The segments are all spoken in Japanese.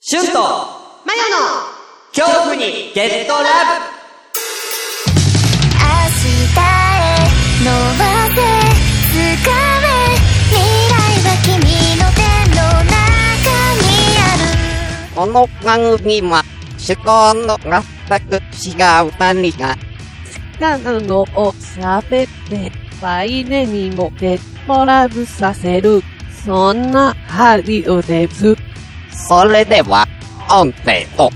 シュンとマヨの恐怖にゲットラブ明日へ伸ばせ掴め未来は君の手の中にあるこの番組は、趣向の全く違う何が、なのを喋って、ワイネにもデッドラブさせる。そんなハリオです。それでは、音程と、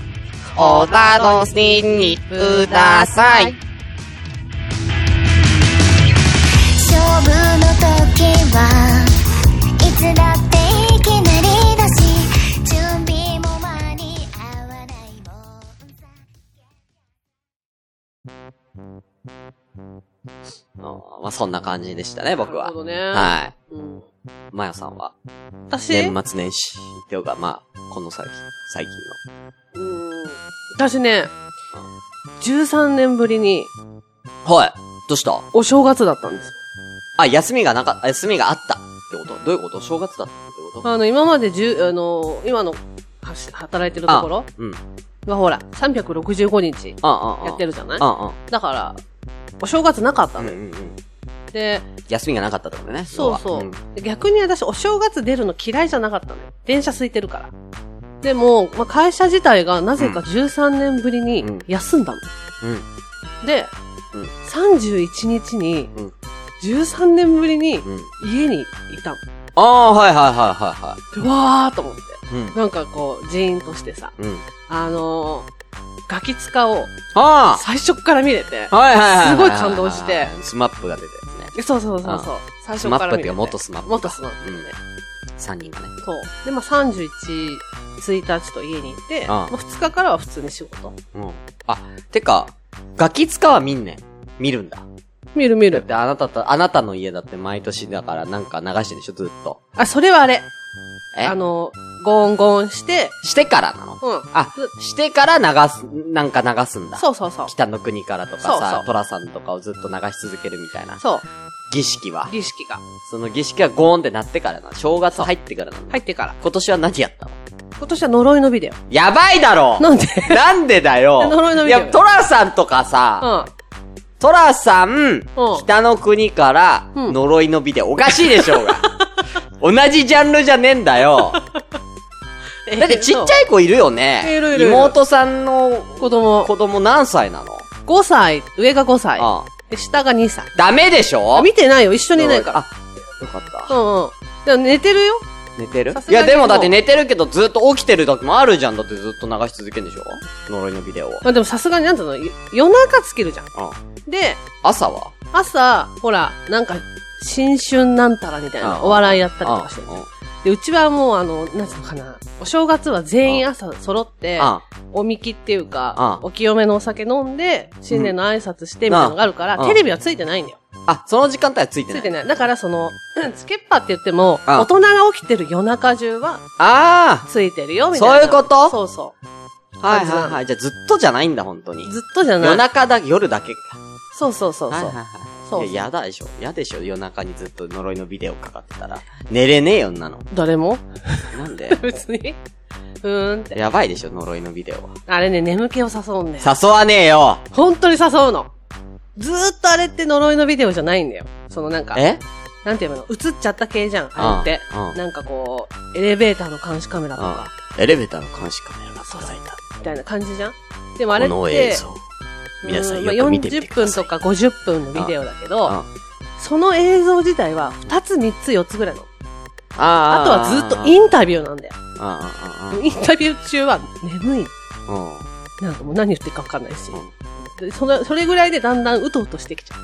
お楽しみください。勝負の時はいつだっていきなりだし準備も間に合わないもんさうんまあ、そんな感じでしたね、僕なはるほ。どね。はうんい。まよさんは、私年末年始、っていうか、まあ、この最近、最近うん私ね、13年ぶりにの。はい。どうしたお正月だったんです。あ、休みがなかった、休みがあったってことどういうこと正月だったってことあの、今までじゅ、あの、今の、はし働いてるところうん。がほら、365日ああ、ああ。やってる。るじゃないああ、あだから、お正月なかったあ。うのんうよ。んうん。で、休みがなかったってことね。そうそう。ん逆に私、お正月出るの嫌いじゃなかったのよ。電車空いてるから。でも、まあ、会社自体がなぜかうん13年ぶりにうん休んだの。で、うん31日にうん、 13年ぶりにうん。うん。家にいたの。ああ、はいはいはでわーっと思って。いはいはい。なんかこう、ジーンとしてさ、うん。うん。あのー、ガキツカをあ最初っから見れてあ。、はいはいはいはは。すごい感動してスマップが出たやつね。そうそうそうそう、最ス初マかッらプってい見れて。うか、元スマップ。元スマップね。三人がね。そう。で、まあ、31、1日と家にいて、んまあ、2日からは普通に仕事。うん。あ、てか、ガキ使は見んねん。見るんだ。見る見だっる。てあなたと、あなたの家だって毎年だからなんか流してんでしょ、ずっと。あ、それはあれ。えあの、ゴンゴンして、してからなのうん。あ、してから流す、なんか流すんだ。そうそうそう。北の国からとかそうさそ、うトラさんとかをずっと流し続けるみたいな。そう。儀式は。儀式がその儀式はゴーンってなってからな。正月入ってからなの。入ってから。今年は何やったの今年は呪いのビデやばいだろオ。なんでなんでだよ 呪いのいビデオや、トラさんとかうさ、ん。トラさん、北の国からうん呪いのビデオ。おかしいでしょ うが。同じジャンルじゃねえんだよ。えだってちっちいゃい子いるよね。いるいるいる妹さんの子供、子供何歳なの5歳、上が5歳、ああで下が2歳。ダメでしあょ見てないよ。一緒にいないから。あ、よかった。うんうん。でも寝てるよ。寝てるさすいがやにでもだって寝てるけどずっと起きてる時もあるじゃん。だってずっと流し続けるんでしょ呪いのビデオを。まあでもさすがになんていうの、よ夜中つけるじゃん。あで、朝は朝、ほら、なんか、新春なんたらみたいあな、あお笑いやったりとあかしてるじゃん。で、うちはもう、あの、なんつうのかな、お正月は全員朝揃って、あおみきっていうか、あお清めのお酒飲んで、新年の挨拶してみたいなのがあるから、ああテレビはついてないんだよ。あ、その時間帯はついてなついい。てない。だから、その、つけっぱって言っても、ああ大人が起きてる夜中中は、あついてるよ、みたいな。そういうことそうそう。あはいはいはい。じゃあずっとじゃないんだ、本当に。ずっとじゃない。夜中だ、夜だけか。そうそうそうそう。はいはいはいそうそういや、やだでしょ。やでしょ、夜中にずっと呪いのビデオかかってたら。寝れねえよ、んなの。誰も なんで 別に。うーんって。やばいでしょ、呪いのビデオは。あれね、眠気を誘うんだよ。誘わねえよ本当に誘うの。ずーっとあれって呪いのビデオじゃないんだよ。そのなんか、えなんて言うの映っちゃった系じゃん、あれって。うんうんなんかこう、エレベーターの監視カメラとか、うん。エレベーターの監視カメラが捉えた。みたいな感じじゃんでもあれこって、の映像。うん皆さんまあよく見てみて40くだ分さとい。か50分のビデオだけど、うんうんその映像自体は2つ3つ4つぐらいの。ああとはずっとイン。ンタビューなんだよ。あインタビュー中は眠い。あ、うん。うんなんかもう何言ってるかわかんないしうん。でそれそれぐらいでだんだんうとうとしてきちゃ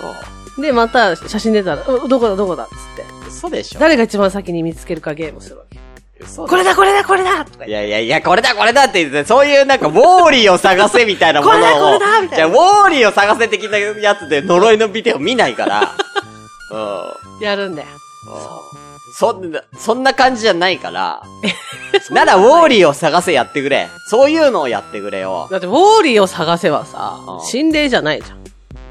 そう。う。で、また写真出たら、うどこだどこだっつって。嘘でしょ。誰が一番先に見つけるかゲームするわけ。嘘これだだこれだこれだとかい言って。やいやいや、これだこれだって言って、そういうなんか、ウォーリーを探せみたいなものこを。れだこれだみたじゃあ、いウな。ォーリーを探せ的なやつで呪いのビデオ見ないから。 うん。やるんだよ。そんな、そんな感じじゃないから。なら、ウォーリーを探せやってくれ。そういうのをやってくれよ。だって、ウォーリーを探せばさあ、心霊じゃないじゃん。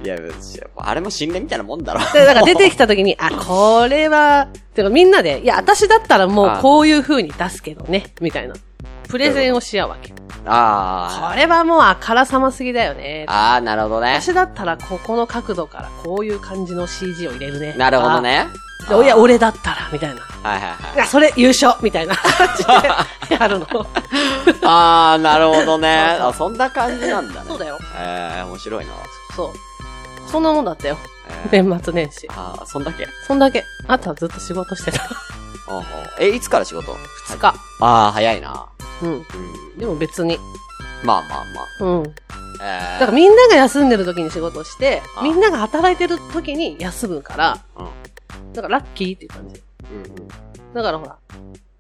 いや、別にあれも心霊みたいなもんだろ。 で、だから出てきた時に、あ、これは、てかみんなで、いや、私だったらもうこういう風に出すけどね、みたいな。プレゼンをし合うわけ。こ あれはもうあからさますぎだよねあ。。ああ、なるほどね。私だったらここの角度からこういう感じの CG を入れるね。なるほどね。あ。でおや、俺だったら、みたいな。はいはいはいい。や、それ優勝みたいな感じ でやるの。ああ、なるほどね。あ、そんな感じなんだね。そうだよ。ええー、面白いな。そう。そんなもんだったよ。えー、年末年始。ああ、そんだけ。そんだけ。あとはずっと仕事してた。 おうおうえ、いつから仕事2日。ああ、早いな。うん。うん。でも別に。まあまあうん。まあ。えだえからみんなが休んでる時に仕事して、あみんなが働いてる時に休むから、うんだからラッキーっていう感じ。うんうん。だからほら、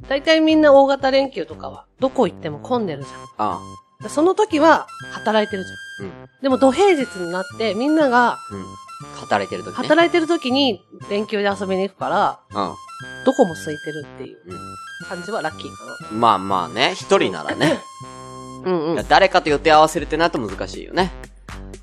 大体みんな大型連休とかは、どこ行っても混んでるじゃん。あでその時は働いてるじゃん。うでも土平日になって、みんなが働いてる時ね。働いてる時に連休で遊びに行くから、うどこも空いてるっていうう感じはラッキーかん。まあまあね、一人ならね。な。うんういやん。誰かと予定合わせるってなると難しいよね。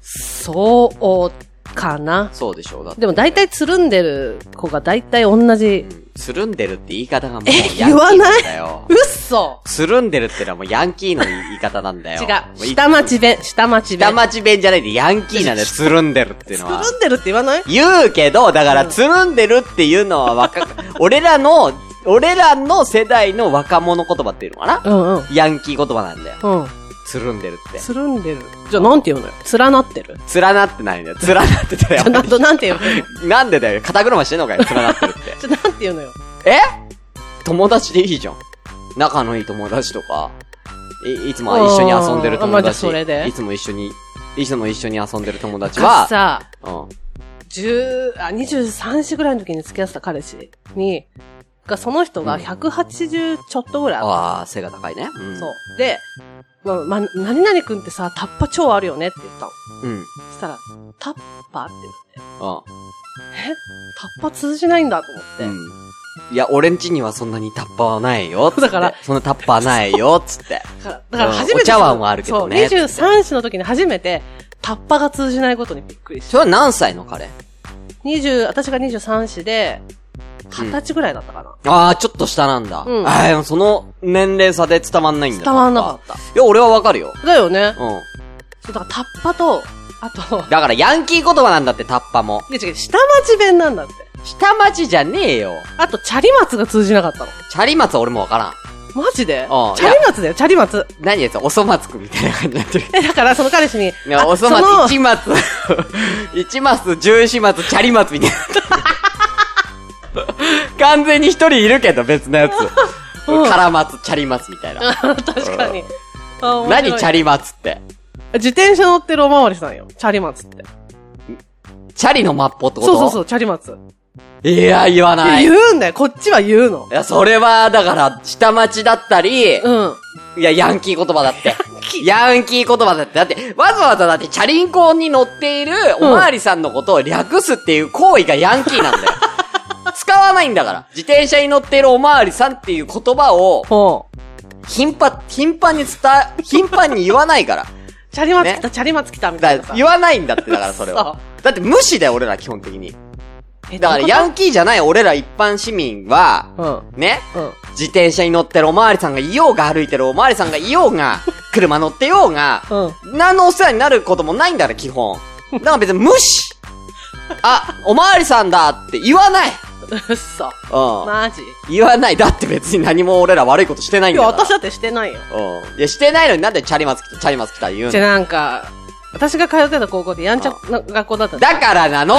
そうかな。そうでしょう。だって。でも大体つるんでる子が大体同じう。んつるんでるって言い方がもうヤンキー言わないなんだよ。うっそつるんでるってのはもうヤンキーの言い方なんだよ。 違もう。い下町弁、下町下弁。町弁じゃないでヤンキーなんだよ、つるんでるっていうのは。つるんでるって言わない言うけど、だから、つるんでるっていうのは 若か、俺らの、俺らの世代の若者言葉っていうのかなうんうん。ヤンキー言葉なんだよ。うん。つるんでるって。つるんでる。じゃあなんて言うのよ。連なってる。連なってないんだよ。連なってた よじゃあ。なんと、なんて言うのよ。なんでだよ。肩車してんのかよ。連なってるって。じゃあなんて言うのよ。 え友達でいいじゃん。仲のいい友達とか、い、いつも一緒に遊んでるあーま友あじゃあ達、それでいつも一緒に、いつも一緒に遊んでる友達昔は、さ、うん。 10あ、23歳ぐらいの時に付き合ってた彼氏に、がその人が180ちょっとぐらいあっああ、背が高いね。うた。ん。そう。で、まあ、ま、何々くんってさ、タッパ超あるよねって言ったの。う。うん。うん。そしたら、タッパって言って、タッパ通じないんだと思って。うん。いや、俺んちにはそんなにタッパーはないよ、つって。だからそんなタッパーないよ、つ って。だから、だから初めて。お茶碗はあるけどねそう、23歳の時に初めて、タッパが通じないことにびっくりしそた。れは何歳の彼20、私が23歳で、20歳ぐらいだったかな。ああ、ちょっと下なんだ。うんああ、でもその年齢差で伝わんないんだ。伝わんなかった。いや、俺はわかるよ。だよね。うそう、だからタッパと、あとん。、だから、ヤンキー言葉なんだって、タッパも。いや違う、下町弁なんだって。下町じゃねえよ。あと、チャリ松が通じなかったの。チャリ松は俺もわからん。マジでああチャリ松だよ、チャリ松。何ですおそ松くんみたいな感じになってる。え、だから、その彼氏に、いや、あおそその松、一松、 一松、十四松、チャリ松みたいな。 完全に一人いるけど、別のやつ。うんカラマツ、チャリ松みたいな。 確かに。あ面白い何チャリ松って。自転車乗ってるおまわりさんよ。チャリ松って。チャリのマッポってことそうそうそうう、チャリ松。そう。いや、言わない。い言うんだよ、こっちは言うの。や、それは、だから、下町だったり、うん。いや、ヤンキー言葉だって。ヤンキー言葉だって。だって、わざわざだって、チャリンコに乗っているおまわりさんのことを略すっていう行為がヤンキーなん だよ。使わないんだから。自転車に乗っているおまわりさんっていう言葉を、ほう。頻繁、頻繁に伝え、頻繁に言わないから。チャリ松来た、ねチャリ松来た、みただいからなさ。言わないんだって、だからそれは。だって無視だよ、俺ら基本的に。えだから、どういうヤンキーじゃない俺ら一般市民は、こね、とうん。うん。自転車に乗ってるおまわりさんがいようが歩いてるおまわりさんがいようが、車乗ってようが、何のお世話になることもないんだから、基本。だから別に無視あ、おまわりさんだって言わないうん。 嘘。うマジん。言わない。だって別に何も俺ら悪いことしてないんいだや、から。私だってしてないよ。うん。いや、してないのになんでチャリマツ来た、チャリマツ来た言うじゃ、のなんか、私が通ってた高校でやんちゃな学校だったんだからなのうん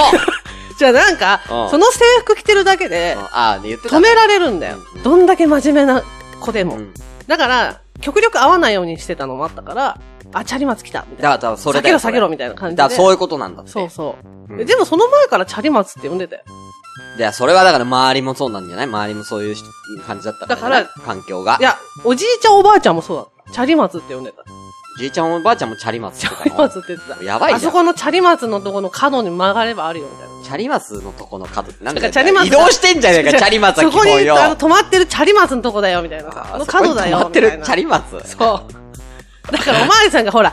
じゃあなんか、うんその制服着てるだけで、あー、言ってた。止められるんだよ。どんだけ真面目な子でも。うん。だから、極力会わないようにしてたのもあったから、あ、チャリ松来たみたいだな。から多分それ下だげよ。ろ下げろみたいな感じで。だからそういうことなんだって。そうそう、うんでもその前からチャリ松って呼んでたよ。いや、それはだから周りもそうなんじゃない周りもそういう人感じだったから、ね。だか環境が。いや、おじいちゃんおばあちゃんもそうだった。チャリ松って呼んでた。じいちゃんおばあちゃんもチャリマツチとかャリも。松って言ってた。やばいじゃんあそこのチャリ松のとこの角に曲がればあるよみたいな。チャリマツのとこの角ってなんだよだからチャリマ移ツ動してんじゃねえか、チャリマツはそ基こに、本よ。あの、止まってるチャリ松のとこだよみたいなあさ。ーあの角だよそこに止まってみたいるなチャリマツ。そう。だからおまわりさんがほら、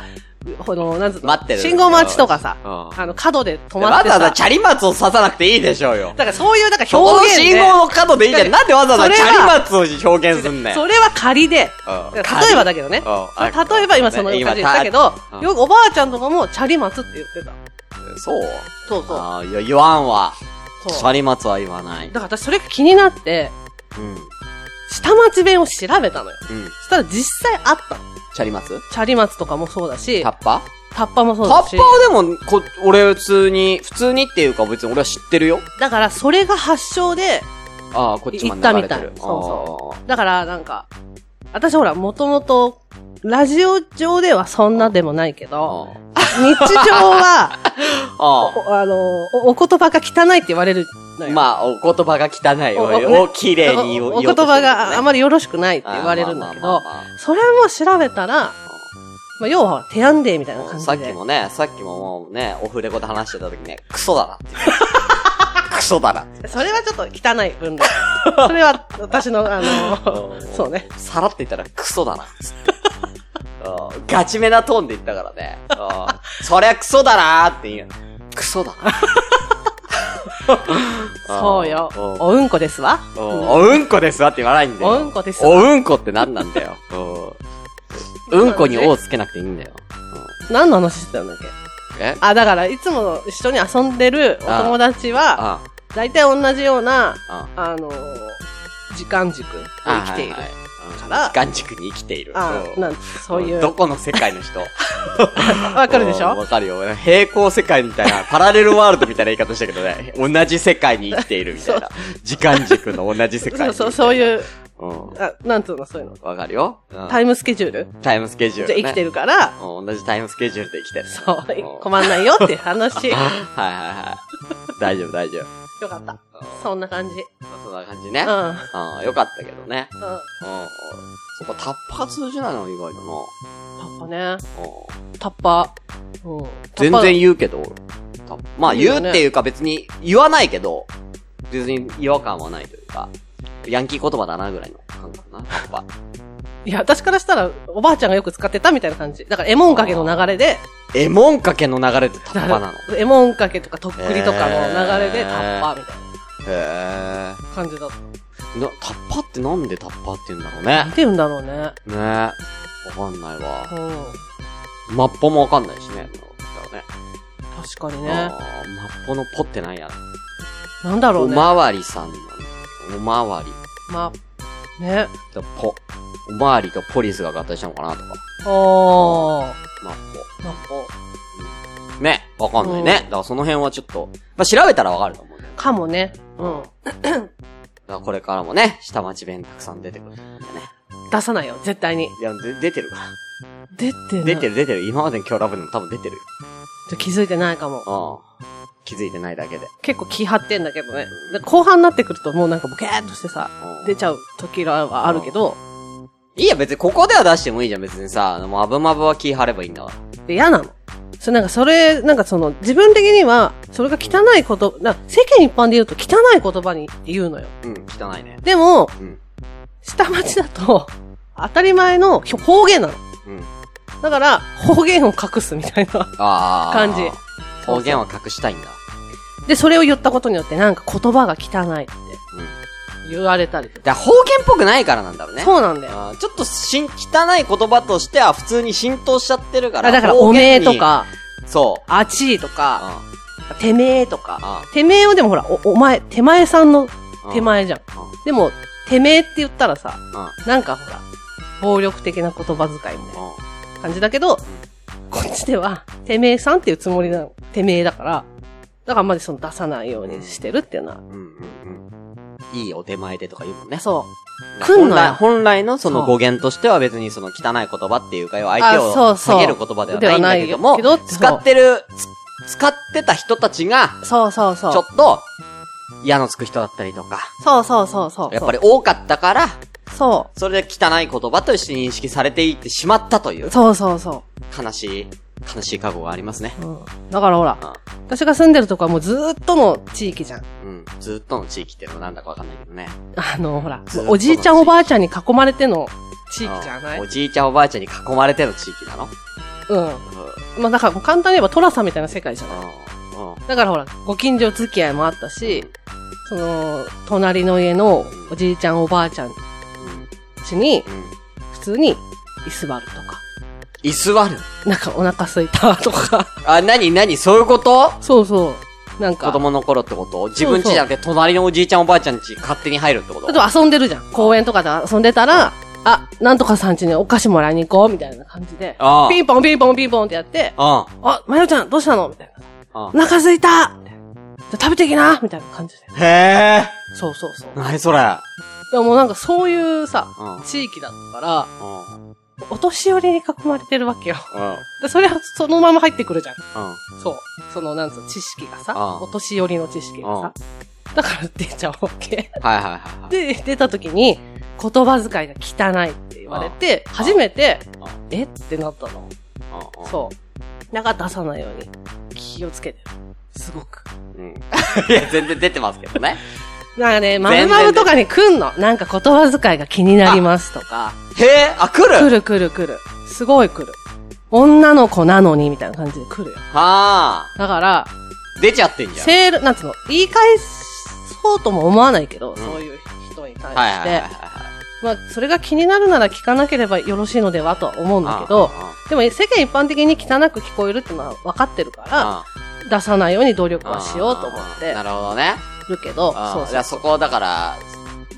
この、なんつうの待ってる信号待ちとかさ、うんあの、角で止まわってざさ。わざチャリ松を刺さなくていいでしょうよ。だからそういう、だからそこの表現で。信号の角でいいじゃん。だなんでわざわざチそれャはリ松を表現すんねん。それは仮で。うん例えばだけどね。仮うん例えば今その感じ今で言ったけどたうん、よくおばあちゃんとかもチャリ待つって言ってた。そうそうそう。ああ、いや、言わんわ。チそャう。リ松は言わない。だから私それが気になって、うん。下町弁を調べたのよ。うん。そしたら実際あったの。チャリ松チャリ松とかもそうだしタ、ッパタッパもそタうッだパし。はでも、こ、俺普通に、普通にっていうか別に俺は知ってるよ。だからそれが発祥で、ああ、こっちまで流れてる行ったみたい。そうそあだからなんか、私ほら、もともと、ラジオ上ではそんなでもないけど、あ日常 は、ああ。おあのお、お言葉が汚いって言われるのよ。まあ、お言葉が汚いおおを、を綺麗に言おおお言葉があままりよろしくないって言われるんだけあまあどまあまあま、それも調べたら、まあ、要は、テアンデーみたいな感じで。さっきもね、さっきももうね、オフレコで話してた時ね、クソだなって言って。クソだな。それはちょっと汚い分類。 それは、私の、あの、そうね。さらって言ったらクソだなっ つって。うんガチめなトーンで言ったからね。うんそりゃクソだなーって言う。クソだな。 そうようん。おうんこですわ。うんおうんこですわって言わないんだよ。おうんこですおうんこって何なんだよ。うんうんこに「お」つけなくていいんだよ。何の話してたんだっけえあ、だから、いつも一緒に遊んでるお友達あは、大体同じような、あ、あのー、時間軸であ生きているははかはらい、眼軸に生きている。あうんなんそういどう、この世界の 人わかるでしうんょわかるよ。平行世界みたいな、パラレルワールドみたいな言い方したけどね。同じ世界に生きているみ たいな。時間軸の同じ世界そうに。そう、そうう。いう、うん。あなんつうの、そういうの。わかるよ。うんタイムスケジュールタイムスケジュールじね。ゃ生きてるから、うん。同じタイムスケジュールで生きてる。そううん、困んないよっていう 話。よはいはいはい。大丈夫大丈夫。かった。そんな感じ。うそんな感じね。ん。うん。うん。よかったけどね。やうん。そこタッパー通じないの意外だっぱね、な。うん。タッパー。うん。タッ全パー然言うけど、多分まあいいよ言うねっていうか別に言わないけど、別に違和感はないというか、ヤンキー言葉だなぐらいの感覚な、やっぱ。 いや、私からしたら、おばあちゃんがよく使ってたみたいな感じ。だから、エモンかけの流れで、えもんかけの流れってタッパ なの。エモンかけとかとっくりとかの流れへーで、タッパーみたいへな感じだった。え。な、タッパってなんでタッパって言うんだろう見ね。てるんだろうね。ねえ。わかんないわう。ん。マッポもわかんないしね。ね確かにあね。ーマッポのポってなんやなんだろおうね。まわりさんなの。おまわりま、ね。とポ。おまわりとポリスが合体したのかなとか。おー。マッポ。なんか、ね、わかんないね。だからその辺はちょっと、まあ、調べたらわかると思うんだよ。だかもね。うん。からこれからもね、下町弁たくさん出てくるんだよね。出さないよ、絶対に。いや、で出てるから。出てない。出てる出てる。今までの今日ラブでも多分出てるよ。ちょ気づいてないかも。うん。気づいてないだけで。結構気張ってんだけどね。で後半になってくるともうなんかボケーっとしてさ、うん出ちゃう時はあるけど、いいや、別にここでは出してもいいじゃん、別にさ。もう、あぶまぶは気張ればいいんだから。で嫌なの。それなんかそれ、なんかその、自分的には、それが汚いこと、な世間一般で言うと汚い言葉にって言うのよ。うん、汚いね。でも、うん。下町だと、当たり前のひょ方言なの。うん。だから、方言を隠すみたいな。あー。感じ。方言は隠したいんだ。で、それを言ったことによって、なんか言葉が汚いってうん。言われたりとか。だから方言っぽくないからなんだろうね。そうなんだよ。あーちょっとしん、汚い言葉としては普通に浸透しちゃってるかあら。だから、お方めえ言にと。か、そう。あちーとか、あてめえとか。あてめえはでもほら、お、お前、手前さんの手前じゃんう。でも、てめえって言ったらさ、うん。なんかほら、暴力的な言葉遣いみたいなう感じだけど、こっちでは、てめえさんっていうつもりなの。てめえだから、だからあんまりその出さないようにしてるっていうのは。ん。うんうんうん。いいお手前でとか言うもんね。そう。来ん本の来、よ。本来のそのそう語源としては別にその汚い言葉っていうか、要は相手あそをうそう下げる言葉ではないんだけども、ではないけど使ってる、つ使ってた人たちが、そうそうそう。ちょっと、矢のつく人だったりとか、そうそうそうそう。やっぱり多かったから、そ。それで汚い言葉として認識されていってしまったというう、そうそうそ悲しい、悲しい過去がありますね。う。うん。だからほら、あ私が住んでるとこはもうずーっとの地域じゃん。うん。ずっとの地域っていうのはなんだかわかんないけどね。あの、ほらずっと、のおじいちゃんおばあちゃんに囲まれての地域じゃないおじいちゃんおばあちゃんに囲まれての地域なのうん。まあだからもう簡単に言えばトラさんみたいな世界じゃない。うん。うん。だからほら、ご近所付き合いもあったし、その、隣の家のおじいちゃんおばあちゃん家に、普通に居座るとか、居座るなんかお腹空いたとか、あ、なになにそういうこと そうそう。なん子か、供の頃ってこと自分家じゃなくて隣のおじいちゃんおばあちゃん家勝手に入るってこと例えば遊んでるじゃん。公園とかで遊んでたら、あ、なんとかさん家にお菓子もらいに行こう、みたいな感じでああ、ピンポンピンポンピンポンってやって、うあ、まよちゃんどうしたのみたいな。ん。お腹空いたみたいなじゃあ食べてきなみたいな感じで。うん。へえ。そうそうそう。なにそれ。でもなんかそういうさ、うん地域だったから、うん。お年寄りに囲まれてるわけよ。うん。で、それはそのまま入ってくるじゃん。うん。そう。その、なんつうの、知識がさ、うんお年寄りの知識がさ。だから出ちゃうわけ。 はいはいはいはい。で、出た時に、言葉遣いが汚いって言われて、初めてうん、えってなったの。うんそう。だから出さないように気をつけてる。すごく。うん。うん。いや、全然出てますけどね。なんかね、まる然まるとかに来んの。なんか言葉遣いが気になりますとか。へえ、あ、 来来るる来る来る。すごい来る。女の子なのに、みたいな感じで来るよ。はあ。だから、出ちゃってんじゃん。セール、なんつうの、言い返そうとも思わないけど、そういう人に対して、はいはいはいはい。まあ、それが気になるなら聞かなければよろしいのではとは思うんだけど、でも世間一般的に汚く聞こえるってのは分かってるから、出さないように努力はしようと思ってなるほどね。るけど、そそううじゃそあう。そこをだから、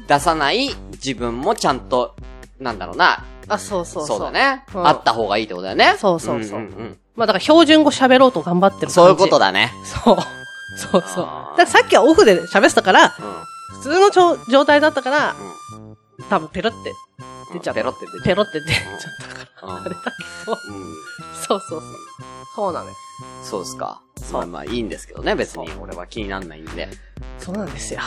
出さない自分もちゃんと、なんだろうな。あ、そうそうそそうだう。ね。うんあった方がいいってことだよね。そうそうそうんんまあだから標準語喋ろうと頑張ってんる感じ。そういうこと。だね。そう。そうそう。だあーからさっきはオフで喋ってたから、うん。うん普通のちょ状態だったから、多分ペロって、出ちゃったペロって出ちゃペっロって 出ちゃったから。た。うんあれだけど。うんそうそうそう。そうなのよ。そうですか。まあまあいいんですけどね、別に俺は気になんないんで。そうなんですよ。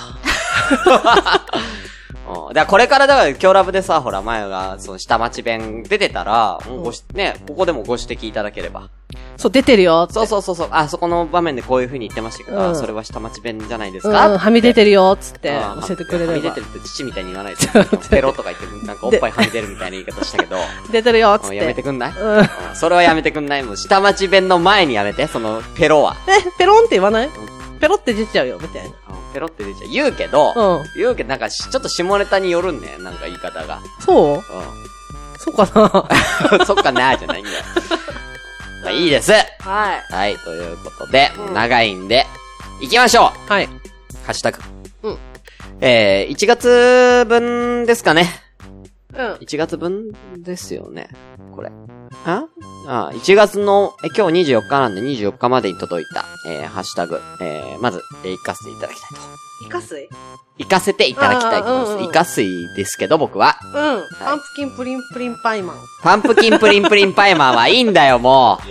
うん。だからこれからだから、今日ラブでさ、ほら、前が、その下町弁出てたら、もうごし、ね、ここでもご指摘いただければ。そう、出てるよ。そうそうそうそう、あそこの場面でこういう風に言ってましたけど、うんあそれは下町弁じゃないですうん、か、はみ出てるよ、つってあー教えてくれはれみ出ばて。るって父みたいに言わない ですよ。ペロとか言って、なんかおっぱいはみ出るみたいな言い方したけど、出てるよ、つっうんて。やめてくんない、うん。え、うんそれはやめてくんないもう下町弁の前にやめて、そのペロは。ペロンって言わないペロって出ちゃうよ、みたいな。うんペロって出ちゃう。言うけど、うん言うけど、なんかし、ちょっと下ネタによるんだよ、なんか言い方が。そううそうかなん。そっかな、じゃないんだよ。まあ、いいです。はい。はい、ということで、もう長いんで、行きましょはい。うハッシュタグ。うん。えー、1月分ですかね。うん。 1月分ですよね。これ。ああ、1月の、え、今日24日なんで24日までに届いた、えー、ハッシュタグ、えー、まず、えー、行かせていただきたいと。イカ水うん。行かせていただきたいと思いあーうんまうんす。イカ水ですけど、僕は。パンプキンプリンプリンパイマン。パンプキンプリンプリンパイマンはいいんだよ、も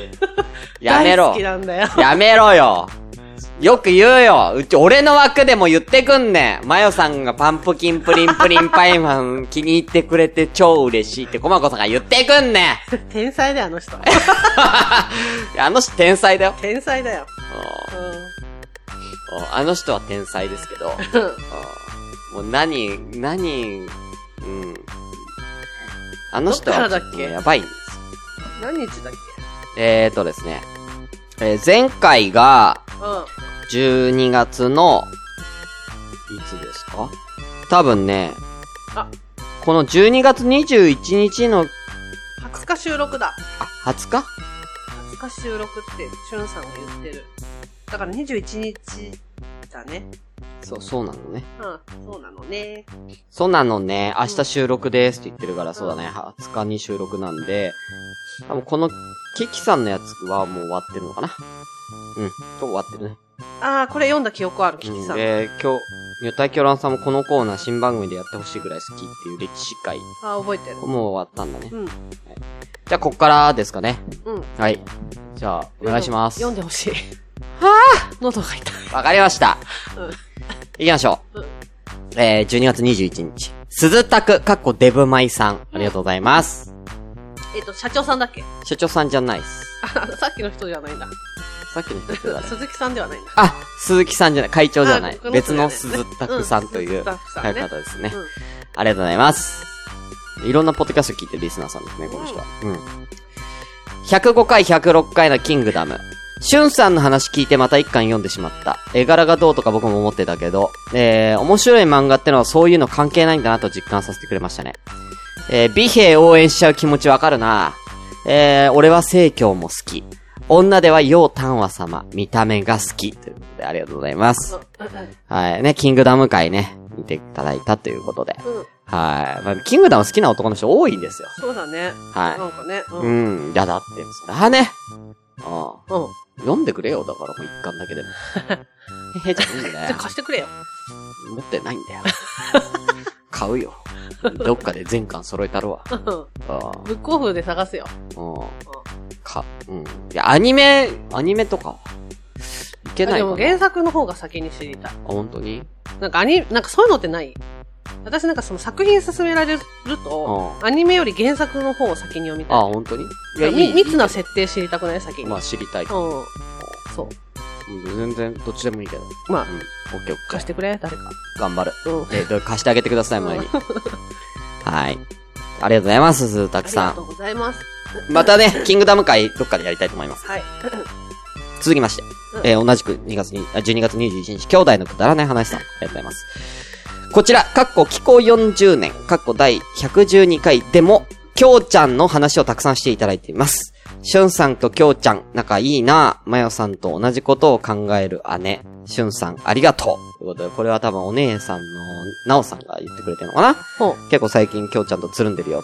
う。やめ大ろ好き。なんだよ。やめろよ。よく言うよ。うち、俺の枠でも言ってくんねん。マヨさんがパンプキンプリンプリンパイマン気に入ってくれて超嬉しいってコマコさんが言ってくんねん。天才だよ、あ の人。いやあの人天才だよ。天才だよ。うんううんあの人は天才ですけど。うんん。もう何、何、うん。あの人はちょとねどっからだっけやばいんですよ。何日だっえーとですね。えー前回がけう12月の、いつですか多分ねあ、この12月21日の、ん。20日収録だ。あ、20日20日収録って、しゅんさんが言ってる。だから21日だね。そう、そうなのね。うん、そうなのね。そうなのね、明日収録ですって言ってるから、そうだね、20日に収録なんで、多分この、キキさんのやつはもう終わってるのかなうん、と終わってるね。ああ、これ読んだ記憶ある、キキうんさん。で、今日、女体狂乱さんもこのコーナー新番組でやってほしいぐらい好きっていう歴史会、ああ、覚えてる。もう終わったんだね。うん、じゃあ、こっからですかね。うん。はい。じゃあ、お願いします。読んでほしい。は あ喉が痛い。わかりました。うん行きましょう。うんえー、12月21日。鈴拓、かっこデブマイさん。ありがとうございます。えっ、と、社長さんだっけ所長さんじゃないっす。ああの、さっきの人じゃないんだ。さっきの人って誰鈴木さんではないんだ。あ、鈴木さんじゃない、会長じゃないあこ。の別人だのよね鈴拓さんといううん鈴拓さんね方ですね。うんありがとうございます。いろんなポッドキャスト聞いてるリスナーさんですね、この人は。うん。 105回、106回のキングダム。シュンさんの話聞いてまた一巻読んでしまった。絵柄がどうとか僕も思ってたけど、えー、面白い漫画ってのはそういうの関係ないんだなと実感させてくれましたね。えー、美兵応援しちゃう気持ちわかるなえー、俺は聖教も好き。女では楊丹和様、見た目が好き。ということで、ありがとうございます。はい。ね、キングダム会ね、見ていただいたということで。うん。はい。まあ、キングダム好きな男の人多いんですよ。そうだね。はいなんかね。う。うんん。いや、だって、そらね。ああ。うん。読んでくれよ、だからもう一巻だけでも。へへじゃいいんだじゃよあ。貸してくれよ。 持ってないんだよ。買うよ。どっかで全巻揃えたるわ。うん。あブックオフで探すよ。あ。うん。か、うん。いや、アニメ、アニメとかは。いけないでかもな。あ、原作の方が先に知りたい。本当になんかアニ、なんかそういうのってない私なんかその作品進められると、アニメより原作の方を先に読みあ、たい。本当にいなや、んかいい。み密な設定知りたくない先に。まあ、知りたい。うん。そう。うん全然、どっちでもいいけど。まあうん。オッケーオッケ貸しー。てくれ、誰か。頑張る。うん。え、ど貸してあげてくだ さい、前に。はい。ありがとうございます、鈴あたくりさがんと。うございます。またね、キングダム会、どっかでやりたいと思います。 はい。続きまして、えー同じく2月に、あ12月21日、兄弟のくだらない話さん、ありがとうございます。こちら、かっこ、気候40年、かっこ第112回でも、きょうちゃんの話をたくさんしていただいています。しゅんさんときょうちゃん、仲いいなぁ。まよさんと同じことを考える姉。しゅんさん、ありがとう。ということで、これは多分お姉さんの、なおさんが言ってくれてるのかなほう。結構最近きょうちゃんとつるんでるよっ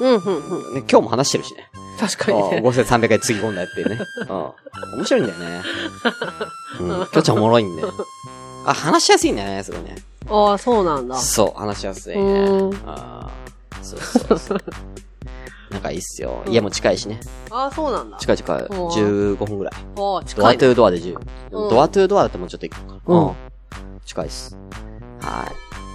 うん、うん、うてん。いう。ね、今日も話してるしね。確かにね。 5300回つぎ込んだやっていうね。うん。面白いんだよね。うん。きょちゃんおもろいんだ よ。あ、話しやすいんだよね、すごいね。ああ、そうなんだ。そう、話しやすいねうん。あーそうそうそう。仲いいっすよ。家も近いしね。ああ、そうなんだ。近い近い。15分ぐらい。ああ、ド近アいトね。ゥードアで10。うんドアトゥードアだってもうちょっと行くのか。うんうん。近いっす。はい。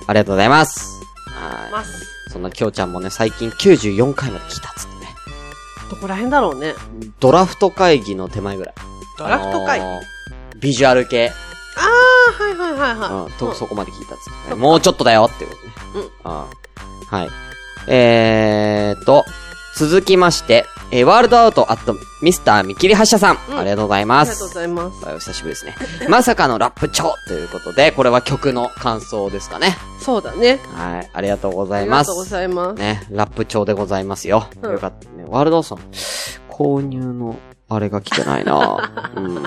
ありがとうございます。はます。い。そんなきょうちゃんもね、最近94回まで来たっつってね。どこら辺だろうね。ドラフト会議の手前ぐらい。ドラフト会議。ああのービジュアル系。あ、はいはいはいはうんい。、と、そこまで聞いたっつってね。もうちょっとだよっていうことね。うんああはい。えーと、続きまして、えーワールドアウトアットミスター見切り発車さん。うんありがとうございまあす。りがとうございます。はいお久しぶりですね。 まさかのラップ調ということで、これは曲の感想ですかね。そうだね。はい。ありがとうござあいりまがす。とうございます。ね、ラップ調でございますよ。うんよかったね。ワールドさん、購入の、あれが来てない なうん。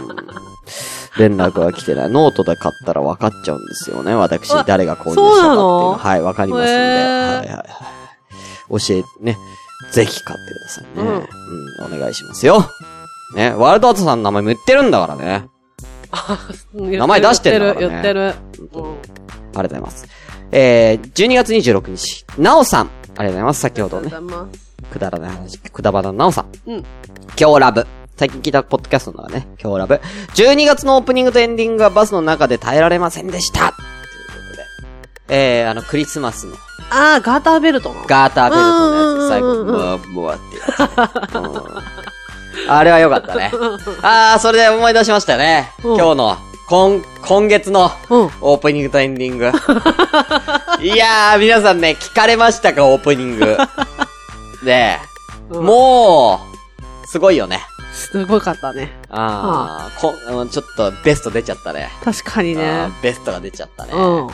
連絡が来てない。ノートで買ったら分かっちゃうんですよね。私あ、誰が購入したかっていうそうなのの。はい、分かりますんで。へはーいはいはい。教え、ね。ぜひ買ってくださいね。ううんん、お願いしますよ。ね、ワールドアートさんの名前も言ってるんだからね。名名前出してんだるからね言ってる。うんありがとうございます。えー、12月26日、なおさん。ありがとうございます。先ほどねありが。とうございます。くだらない話、くだばななおさん。うん。今日ラブ。最近聞いたポッドキャストの中ね、今日ラブ。12月のオープニングとエンディングはバスの中で耐えられませんでした。ということで。えー、あの、クリスマスのああ、ガーターベルトの。ガーターベルトのやつ、最後、うんうんうんブワーブワーってやつね、うんあれは良かったね。あー、それで思い出しましたね。うん今日の、今、今月の、うん。オープニングとエンディン グ。いやー、皆さんね、聞かれましたか、オープニング。ねえ、うんもう、すごいよね。すごかったね。あー、こうんちょっとベスト出ちゃったね。確かにあね。ーベストが出ちゃったね。うん。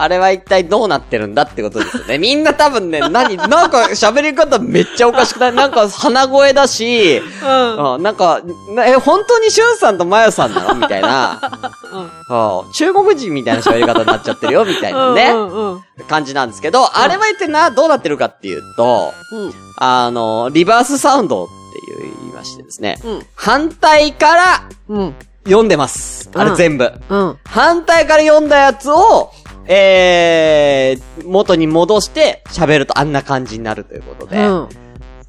あれは一体どうなってるんだってことですよ ね。みんな多分ね、何、なんか喋り方めっちゃおかしくないなんか鼻声だし、うん。うん、なんか、なえ、本当にしゅんさんとまやさんなのみたいな。うん中国人みたいな喋り方になっちゃってるよ、みたいなね。うんうん感じなんですけど、あれは一体な、どうなってるかっていうと、うん。あの、リバースサウンドっていう言いましてですね、うん反対からうん。読んでます。あうれん全部。うん。反対から読んだやつを、えー、元に戻して喋るとあんな感じになるということで、うん。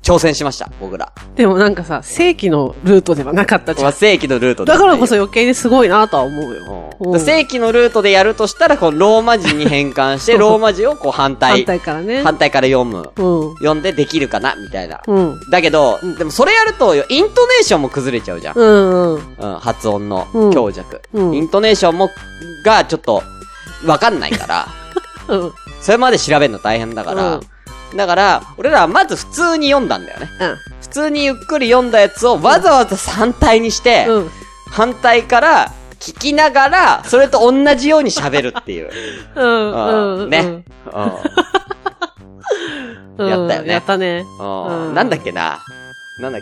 挑戦しました、僕ら。でもなんかさ、正規のルートではなかったじゃまあ、ん。正規のルートで。だからこそ余計にすごいなとは思うよ。うん正規のルートでやるとしたら、こう、ローマ字に変換 して、ローマ字をこう反対、反対からね。反対から読む。うん。読んでできるかな、みたいな。うん。だけど、でもそれやると、イントネーションも崩れちゃうじゃん。うんうん。うん、発音のうん強弱。うんイントネーションも、が、ちょっと、わかんないから、うん。それまで調べるの大変だから、だから、俺らはまず普通に読んだんだよね。うん。普普通にゆっくり読んだやつをわざわざ反対にして、うん。反対から聞きながら、それと同じように喋るっていう。うん。ううんん。ね。うん。やったよねやったね。うんうんなんだっけな。なんだっ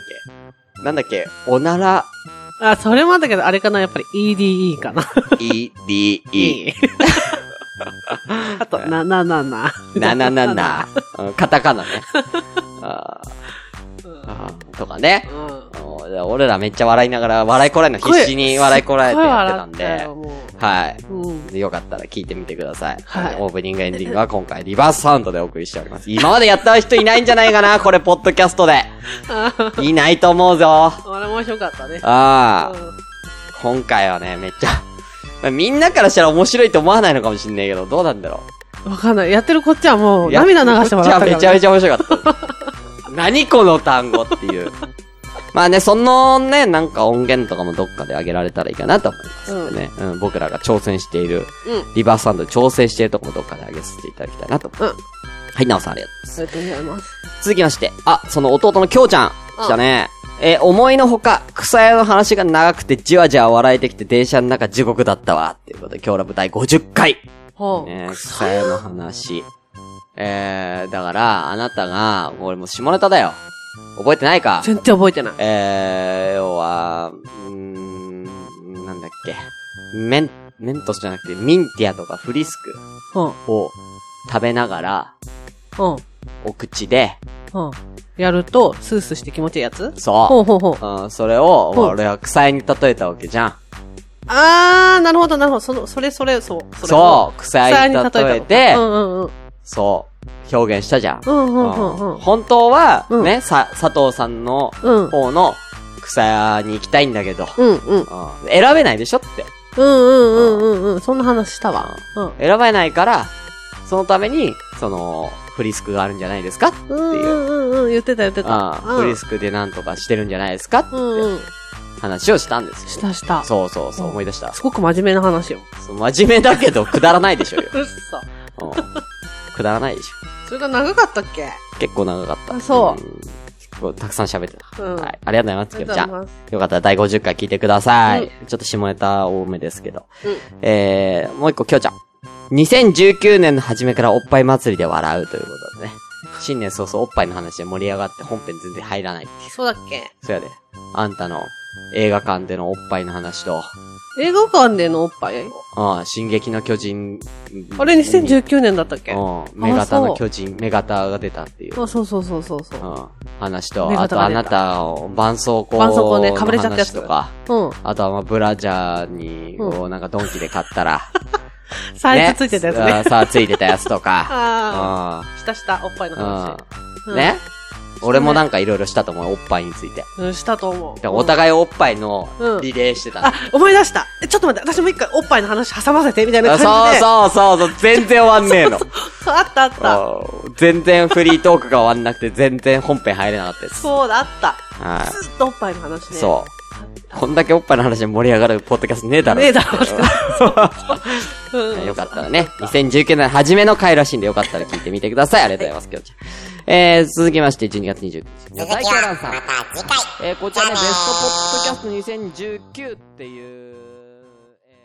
け。なんだっけ。おなら、あ、それもあったけど、あれかな、やっぱり EDE かな。い、り、い。あと、な、な、な、な。なななな。うんカタカ ナね。あーあーとかね。うん。うんで俺らめっちゃ笑いながら、笑いこらえの必死に笑いこらえてやってたん声笑ったでよ。もはい。ううん。よかったら聞いてみてください。はいオープニングエンディングは今回リバースサウンドでお送りしております。今までやった人いないんじゃないか なこれ、ポッドキャストで。いないと思うぞ。ああれ面白かったね。あう、ん今回はね、めっちゃ。まあみんなからしたら面白いと思わないのかもしんないけど、どうなんだろわかんない。やってるこっちはもう。う、涙流してもらったから、ね。めちゃめちゃ面白かった。何この単語っていう。まあね、そのね、なんか音源とかもどっかで上げられたらいいかなと思いますんでね。うん、僕らが挑戦している、うんリバースサウンドで挑戦しているとこもどっかで上げさせていただきたいなと思います。うんはい、なおさんありがとうございます。ありがとうございます。続きまして、あ、その弟のきょうちゃん、来たね。えー思いのほか、草屋の話が長くてじわじわ笑えてきて電車の中地獄だったわ。っていうことで、今日ラブ第50回。ほう。ね、草屋の話。えー、だから、あなたが、俺もう下ネタだよ。覚えてないか全然覚えてない。えー、要は、うーん、なんだっけ。メン、メントスじゃなくて、ミンティアとかフリスうん。クを食べながら、うん。お口で、うん。やると、スースーして気持ちいいやつそう。ほうほうほう。うん、それを、ほう俺は草屋に例えたわけじゃん。あー、なるほど、なるほど。その、それ、それ、そう。それそう、草屋に例えて、うんうんうん。そう、表現したじゃん。うんうんううんん本当は、うんね、さ、佐藤さんのうん。うん。方の草屋に行きたいんだけど、うんううん。ん選べないでしょって。うんうんうんうんうん。そんな話したわ。うん。選べないから、そのために、その、フリスクがあるんじゃないですかってうんいう。うんうんうん。言ってた言ってた。うんうフんリスクでなんとかしてるんじゃないですかってうんうん。話をしたんですよ。したした。そうそうそう、うん思い出した。すごく真面目な話よ。そう真面目だけど、くだらないでしょうよ。うっそ。うんくだらないでしょ。それが長かったっけ結構長かった。あそうん結構たくさん喋ってた。うんはい。ありがとうございます、あきりよがちとゃうございんます。よかったら第50回聞いてください。うちょっと下ネタ多めですけど。うえー、もう一個、きよちゃん。2019年の初めからおっぱい祭りで笑うということでね。新年早々おっぱいの話で盛り上がって本編全然入らないっていう。そうだっけそやで。あんたの映画館でのおっぱいの話と、映画館でのおっぱいうん、進撃の巨人。あれ2019年だったっけあ、うん、目型の巨人、目型が出たっていう。そうそうそうそうそう。うん話と、目あが高といあなたを、絆創膏絆創膏ね被れちゃったやつの話とか、うん。あとはまあブラジャーに、うんをなんかドンキで買った ら、サイズついてたやつあね。ーさあ、ついてたやつとか、あう あ。したした、おっぱいのんうん話。うんね俺もなんかいろいろしたと思う、おっぱいについて。うん、したと思だう。からお互いおっぱいのうんリレーしてた。 あ、思い出した。えちょっと待って、私も一回おっぱいの話挟ませて、みたいなあ感じで。そうそうそうそう、全然終わんねえの。 そうあったあった。うん全然フリートークが終わんなくて、全然本編入れなかったです。そうだ、あった。はい。ずっとおっぱいの話ね。そう。こんだけおっぱいの話で盛り上がるポッドキャストねえだろ。ねえだろう う。うんんよかったらね。2019年初めの回らしいんでよかったら聞いてみてください。ありがとうございます、きょうちゃん。えー、続きまして、12月29日。続きはまた次回。えー、こちらね、ベストポッドキャスト2019っていう、えー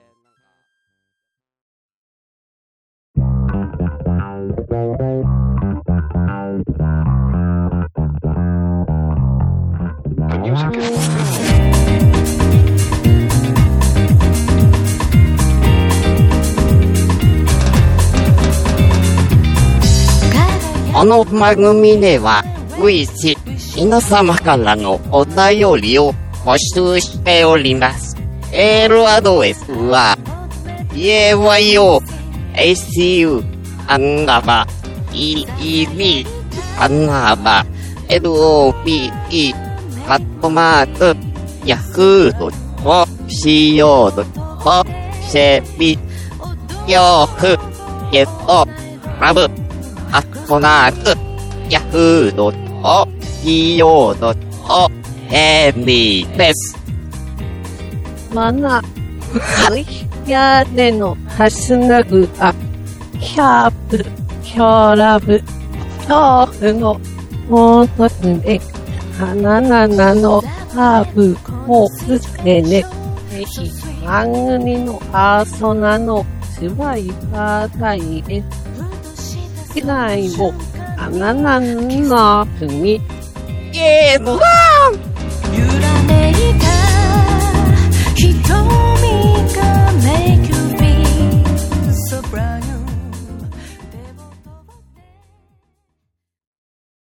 この番組では、随時、皆様からのお便りを募集しております。メールアドレスは、yayo.hcu アンダバ eed アンダバ lope カットマーク yahoo.co.jp よく、えっと、ラブ。アットナーク、ヤフードと、CO ドと、ヘンリーです。まな、はい、やねの、ハッシュタグ、あ、キャープ、キョーラブ、恐怖の、もう一つで、花々のハーブを作ってね。ぜひ、番組のパーソナの芝居がたいです。次回も、花々の国、ゲームワン